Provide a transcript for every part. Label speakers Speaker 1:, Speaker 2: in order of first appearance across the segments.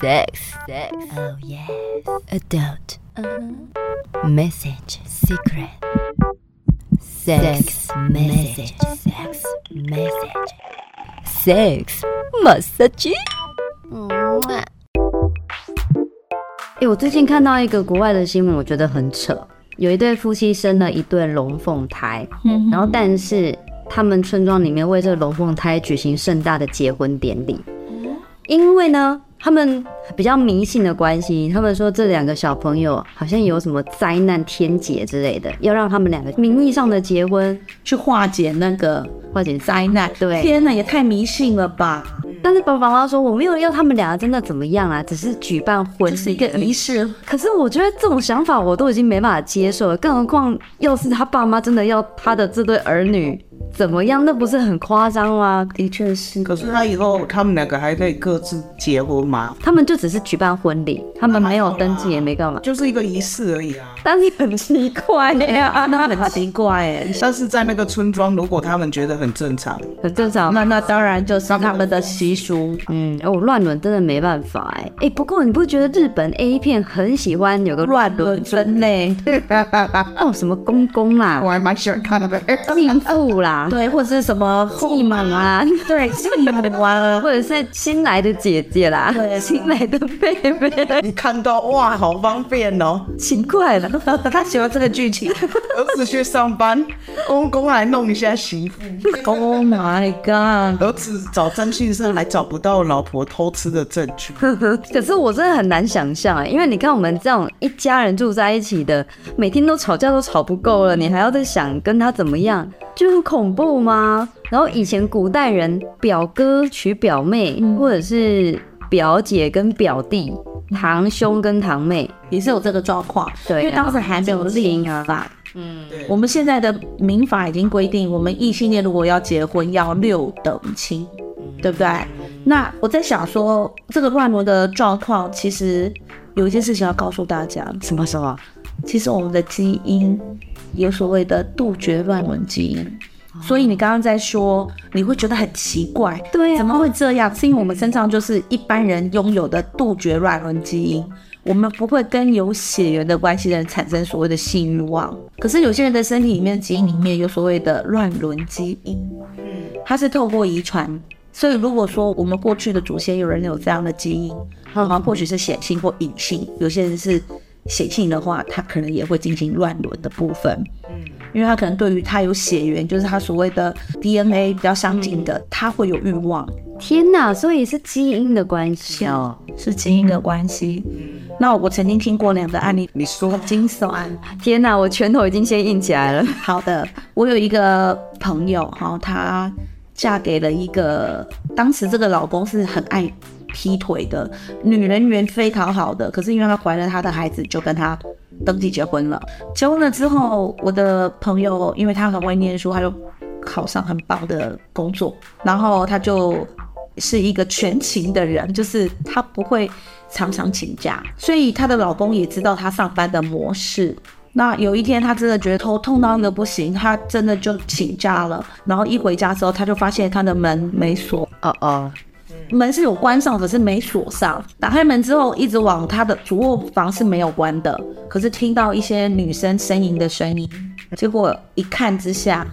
Speaker 1: Sex, sex, oh yes. Uh-huh. Adult, message, secret. Sex, message, sex, message. Sex, massage.
Speaker 2: 诶，哎我最近看到一个国外的新闻，我觉得很扯。有一对夫妻生了一对龙凤胎，
Speaker 3: 嗯
Speaker 2: 然后但是他们村庄里面为这个龙凤胎举行盛大的结婚典礼，
Speaker 3: 哦
Speaker 2: 因为呢，他们比较迷信的关系，他们说这两个小朋友好像有什么灾难天劫之类的，要让他们两个名义上的结婚，
Speaker 3: 去化解那个
Speaker 2: 或者是
Speaker 3: 灾难。
Speaker 2: 对
Speaker 3: 天哪，也太迷信了吧！
Speaker 2: 但是爸爸妈妈说我没有要他们两个真的怎么样啊，只是举办婚
Speaker 3: 这是一
Speaker 2: 礼
Speaker 3: 个
Speaker 2: 而已
Speaker 3: 仪式，
Speaker 2: 可是我觉得这种想法我都已经没办法接受了，更何况要是他爸妈真的要他的这对儿女怎么样，那不是很夸张吗？
Speaker 3: 的确是。
Speaker 4: 可是他以后他们两个还可以各自结婚嘛，
Speaker 2: 他们就只是举办婚礼，他们没有登记也没干嘛，
Speaker 4: 就是一个仪式而已啊。
Speaker 2: 但是很奇怪呀、
Speaker 3: 那很奇怪哎，
Speaker 4: 但是在那个村庄，如果他们觉得很正常，
Speaker 2: 很正常。
Speaker 3: 那那当然就是他们的习俗。
Speaker 2: 嗯，哦，乱伦真的没办法哎、哎、不过你不觉得日本 A 片很喜欢有个
Speaker 3: 乱伦分 类，
Speaker 2: 哦什么公公啦、
Speaker 4: 我还蛮喜欢看的。
Speaker 2: 继父啦、
Speaker 3: 对，或者是什么
Speaker 2: 继母啊，
Speaker 3: 对，啊是你们玩
Speaker 2: 或者是新来的姐姐啦
Speaker 3: 对，
Speaker 2: 新来的妹妹。
Speaker 4: 你看到哇，好方便哦！
Speaker 3: 奇怪了，他喜欢这个剧情。
Speaker 4: 儿子去上班，公公来弄一下媳妇，
Speaker 3: Oh my god！
Speaker 4: 儿子找征信社还找不到老婆偷吃的证据。
Speaker 2: 可是我真的很难想象哎，因为你看我们这种一家人住在一起的，每天都吵架都吵不够了，你还要再想跟他怎么样，就很恐怖吗？然后以前古代人表哥娶表妹，或者是表姐跟表弟、堂兄跟堂妹，
Speaker 3: 也是有这个状况，
Speaker 2: 对啊
Speaker 3: 因为当时还没有立法。
Speaker 2: 嗯，
Speaker 4: 对
Speaker 3: 我们现在的民法已经规定，我们异性恋如果要结婚，要六等亲，对不对？那我在想说，这个乱伦的状况，其实有一件事情要告诉大家，
Speaker 2: 什么什么？
Speaker 3: 其实我们的基因有所谓的杜绝乱伦基因，
Speaker 2: 哦
Speaker 3: 所以你刚刚在说，你会觉得很奇怪，
Speaker 2: 对啊
Speaker 3: 怎么会这样？是因为我们身上就是一般人拥有的杜绝乱伦基因，我们不会跟有血缘的关系的人产生所谓的性欲望。可是有些人的身体里面基因里面有所谓的乱伦基因，
Speaker 2: 嗯
Speaker 3: 它是透过遗传。所以，如果说我们过去的祖先有人有这样的基因，
Speaker 2: 嗯
Speaker 3: 然后或许是显性或隐性，有些人是显性的话，他可能也会进行乱伦的部分。因为他可能对于他有血缘，就是他所谓的 DNA 比较相近的，他会有欲望，
Speaker 2: 天哪！所以是基因的关系哦。
Speaker 3: 是基因的关系。那我曾经听过两个案例，
Speaker 4: 你说
Speaker 3: 很惊悚案。
Speaker 2: 天哪，我拳头已经先硬起来了。
Speaker 3: 好的，我有一个朋友哈，她嫁给了一个，当时这个老公是很爱劈腿的，女人缘非常好的，可是因为她怀了她的孩子，就跟他登记结婚了。结婚了之后，我的朋友因为他很会念书，他就考上很棒的工作，然后他就是一个全勤的人，就是他不会常常请假，所以她的老公也知道她上班的模式。那有一天，她真的觉得头痛到一个不行，她真的就请假了。然后一回家之后，她就发现她的门没锁，
Speaker 2: 哦哦，
Speaker 3: 门是有关上，可是没锁上。打开门之后，一直往她的主卧房是没有关的，可是听到一些女生呻吟的声音。结果一看之下，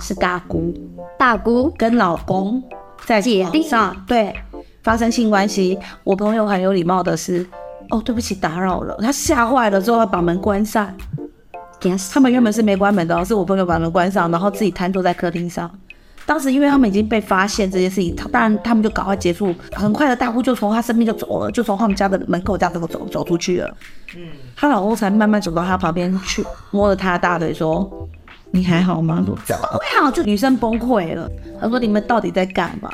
Speaker 3: 是大姑
Speaker 2: 大姑
Speaker 3: 跟老公在
Speaker 2: 姐弟
Speaker 3: 床上对发生性关系。我朋友很有礼貌的是，哦，对不起打扰了，她吓坏了之后把门关上。
Speaker 2: 给他
Speaker 3: 他们原本是没关门的哦，是我朋友把门关上，然后自己瘫坐在客厅上。当时因为他们已经被发现这件事情，他当然他们就赶快结束。很快的，大姑就从他身边就走了，就从他们家的门口这样子走走出去了。嗯，她老公才慢慢走到她旁边去，摸了她的大腿说：“你还好吗？”我怎么会啊好？就女生崩溃了。她说：“你们到底在干嘛？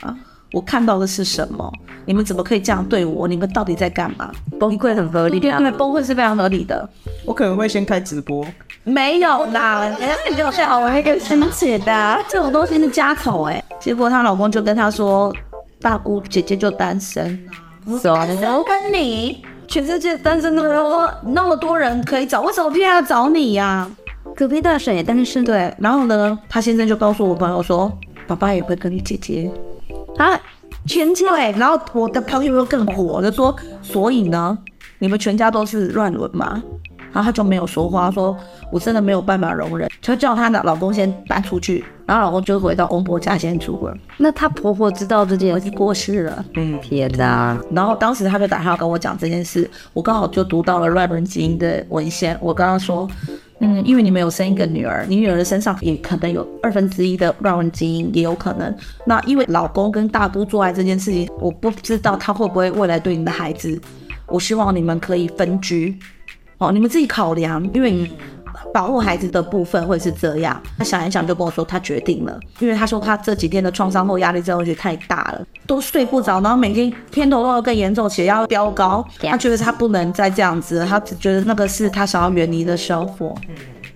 Speaker 3: 我看到的是什么？你们怎么可以这样对我？你们到底在干嘛？”
Speaker 2: 崩溃很合
Speaker 3: 对
Speaker 2: 理
Speaker 3: 对
Speaker 2: 啊。
Speaker 3: 对，崩溃是非常合理的。
Speaker 4: 我可能会先开直播，
Speaker 3: 没有啦，人家你就是好玩一个生气的，啊这种东西是家丑哎、结果她老公就跟她说：“大姑姐姐就单身，
Speaker 2: 什么
Speaker 3: 我跟你全世界单身的人那么多人可以找，为什么偏要啊找你呀、
Speaker 2: 隔壁大婶也单身的
Speaker 3: 对，然后呢，她先生就告诉我朋友说：“爸爸也会跟你姐姐。”
Speaker 2: 啊，
Speaker 3: 全家哎、然后我的朋友又更火，就说，所以呢，你们全家都是乱伦吗？然后他就没有说话，他说我真的没有办法容忍，就叫她的老公先搬出去，然后老公就回到翁婆家先住了，
Speaker 2: 那她婆婆知道这
Speaker 3: 我
Speaker 2: 件
Speaker 3: 就
Speaker 2: 事？
Speaker 3: 过世了。
Speaker 2: 天哪！
Speaker 3: 然后当时他就打电话跟我讲这件事，我刚好就读到了乱伦基因的文献。我刚刚说，嗯，因为你们有生一个女儿，你女儿身上也可能有二分之一的乱伦基因，也有可能。那因为老公跟大姑做爱这件事情，我不知道他会不会未来对你的孩子，我希望你们可以分居，哦，你们自己考量，因为你保护孩子的部分会是这样。他想一想就跟我说，他决定了，因为他说他这几天的创伤后压力真的是太大了，都睡不着，然后每天偏头痛得更严重，血压飙高。
Speaker 2: Yeah.
Speaker 3: 他觉得他不能再这样子了，他只觉得那个是他想要远离的生活。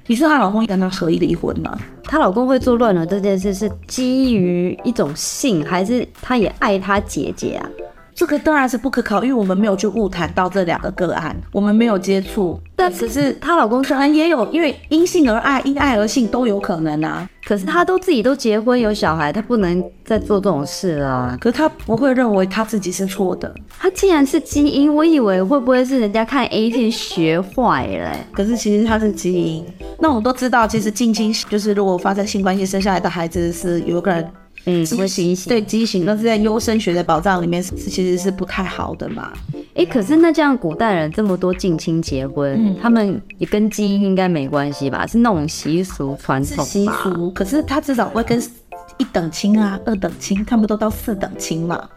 Speaker 3: 于是她老公跟她合意离婚了。
Speaker 2: 她老公会做乱伦这件事是基于一种性，还是她也爱她姐姐啊？
Speaker 3: 这个当然是不可考，因为我们没有去误谈到这两个个案，我们没有接触。但只是
Speaker 2: 她老公
Speaker 3: 可能也有，因为因性而爱，因爱而性都有可能啊。
Speaker 2: 可是她都自己都结婚有小孩，她不能再做这种事了啊。
Speaker 3: 可是他不会认为他自己是错的，
Speaker 2: 她竟然是基因，我以为会不会是人家看 A 片学坏了欸、
Speaker 3: 可是其实他是基因。那我们都知道，其实近亲就是如果发生性关系生下来的孩子是有可能
Speaker 2: 嗯，
Speaker 3: 畸
Speaker 2: 会畸形。
Speaker 3: 对畸形，那是在优生学的保障里面是其实是不太好的嘛。
Speaker 2: 哎、可是那这样古代人这么多近亲结婚，
Speaker 3: 嗯
Speaker 2: 他们也跟基因应该没关系吧？是那种习俗传
Speaker 3: 是
Speaker 2: 统吧
Speaker 3: 习。俗，可是他至少会跟一等亲啊、二等亲，他们都到四等亲嘛。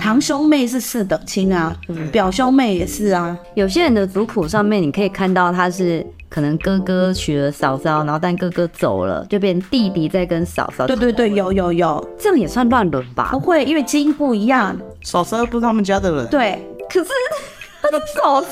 Speaker 3: 堂兄妹是四等亲啊，表兄妹也是啊。
Speaker 2: 有些人的族谱上面，你可以看到他是可能哥哥娶了嫂嫂，然后但哥哥走了，就变弟弟在跟嫂嫂。
Speaker 3: 对，哦对对，有有有，
Speaker 2: 这样也算乱伦吧
Speaker 3: 不？会，因为基因不一样。
Speaker 4: 嫂嫂又不是他们家的人，
Speaker 3: 对，
Speaker 2: 可 是嫂嫂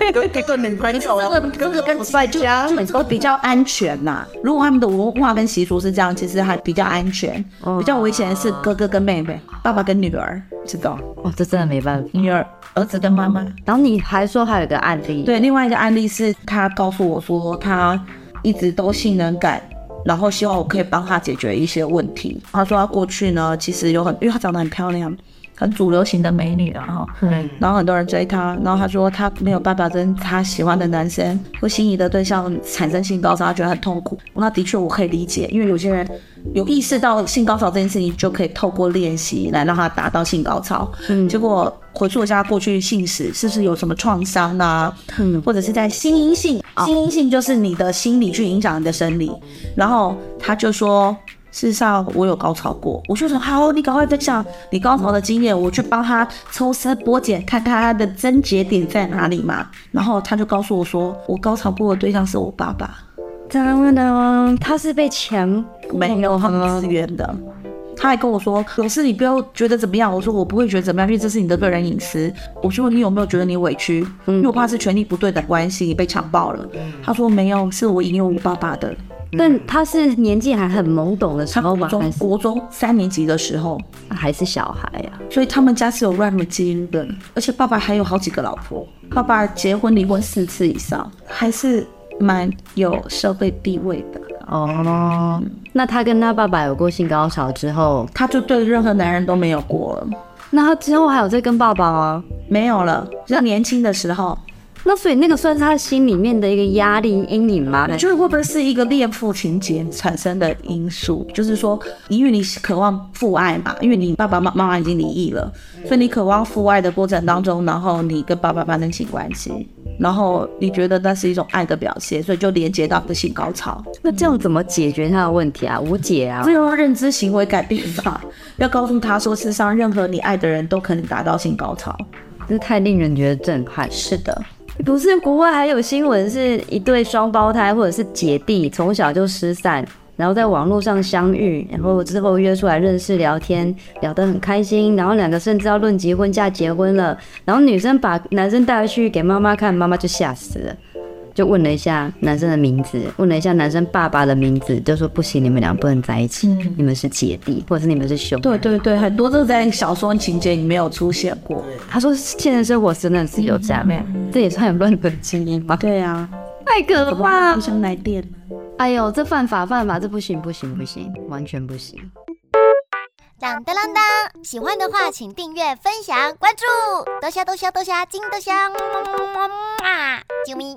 Speaker 2: 哎、
Speaker 4: 对，给个女朋友啊，
Speaker 3: 这个跟外家都比较安全呐、如果他们的文化跟习俗是这样，其实还比较安全。比较危险的是哥哥跟妹妹，爸爸跟女儿，知道？
Speaker 2: 哦，这真的没办法。
Speaker 3: 女儿、呃儿子跟妈妈。
Speaker 2: 然后你还说还有一个案例，，
Speaker 3: 对，另外一个案例是他告诉我说，他一直都性能感，然后希望我可以帮他解决一些问题。他说他过去呢，其实有很，因为她长得很漂亮，很主流型的美女啊，哈，
Speaker 2: 嗯，
Speaker 3: 然后很多人追她，然后她说她没有办法跟她喜欢的男生或心仪的对象产生性高潮，她觉得很痛苦。那的确我可以理解，因为有些人有意识到性高潮这件事情，就可以透过练习来让他达到性高潮。嗯，结果回溯一下过去性史，是不是有什么创伤啊？嗯，或者是在心因性，心因性就是你的心理去影响你的生理。然后他就说。事实上，我有高潮过，我就说好，你赶快分享你高潮的经验，我去帮他抽丝剥茧，看看他的症结点在哪里嘛。然后他就告诉我说，我高潮过的对象是我爸爸，
Speaker 2: 当当，他是被强
Speaker 3: 没有啊他自愿的。他还跟我说，老师你不要觉得怎么样，我说我不会觉得怎么样，因为这是你的个人隐私。我说你有没有觉得你委屈？因为我怕是权力不对等关系，你被强暴了。他说没有，是我引诱我爸爸的。
Speaker 2: 但他是年纪还很懵懂的时
Speaker 3: 他
Speaker 2: 候
Speaker 3: 国
Speaker 2: 吧，
Speaker 3: 中
Speaker 2: 还是
Speaker 3: 国中三年级的时候，
Speaker 2: 还是小孩啊呀、
Speaker 3: 所以他们家是有乱伦基因的，而且爸爸还有好几个老婆，爸爸结婚离婚四次以上，还是蛮有社会地位的。
Speaker 4: 啊
Speaker 2: 哦，那他跟他爸爸有过性高潮之后，
Speaker 3: 他就对任何男人都没有过了，
Speaker 2: 那他之后还有在跟爸爸吗？
Speaker 3: 没有了。像年轻的时候，
Speaker 2: 那所以那个算是他心里面的一个压力阴影吗？
Speaker 3: 我觉得会不会是一个恋父情节产生的因素？就是说，因为你渴望父爱嘛，因为你爸爸妈妈已经离异了，所以你渴望父爱的过程当中，然后你跟爸爸发生性关系，然后你觉得那是一种爱的表现，所以就连接到你的性高潮。
Speaker 2: 那这样怎么解决他的问题啊？无解啊
Speaker 3: 这！用认知行为改变法， 要告诉他说，世上任何你爱的人都可能达到性高潮。
Speaker 2: 这太令人觉得震撼。
Speaker 3: 是的，
Speaker 2: 不是国外还有新闻是一对双胞胎或者是姐弟从小就失散，然后在网络上相遇，然后之后约出来认识聊天，聊得很开心，然后两个甚至要论及婚嫁结婚了，然后女生把男生带回去给妈妈看，妈妈就吓死了。就问了一下男生的名字，问了一下男生爸爸的名字，就说不行，你们俩不能在一起，你们是姐弟，或者是你们是兄弟。
Speaker 3: 对对对，很多都在小说情节里没有出现过。
Speaker 2: 他说现实生活真的是有这样，这也算有乱伦基因吗？
Speaker 3: 对啊，
Speaker 2: 嗯 太可怕
Speaker 3: 医！生来电了。
Speaker 2: 哎呦，这犯法犯法，这不行不行不行，完全不行。
Speaker 5: 当当当当！喜欢的话，请订阅、分享、关注，多虾多虾多虾金多虾，么么么么么啊！啾咪。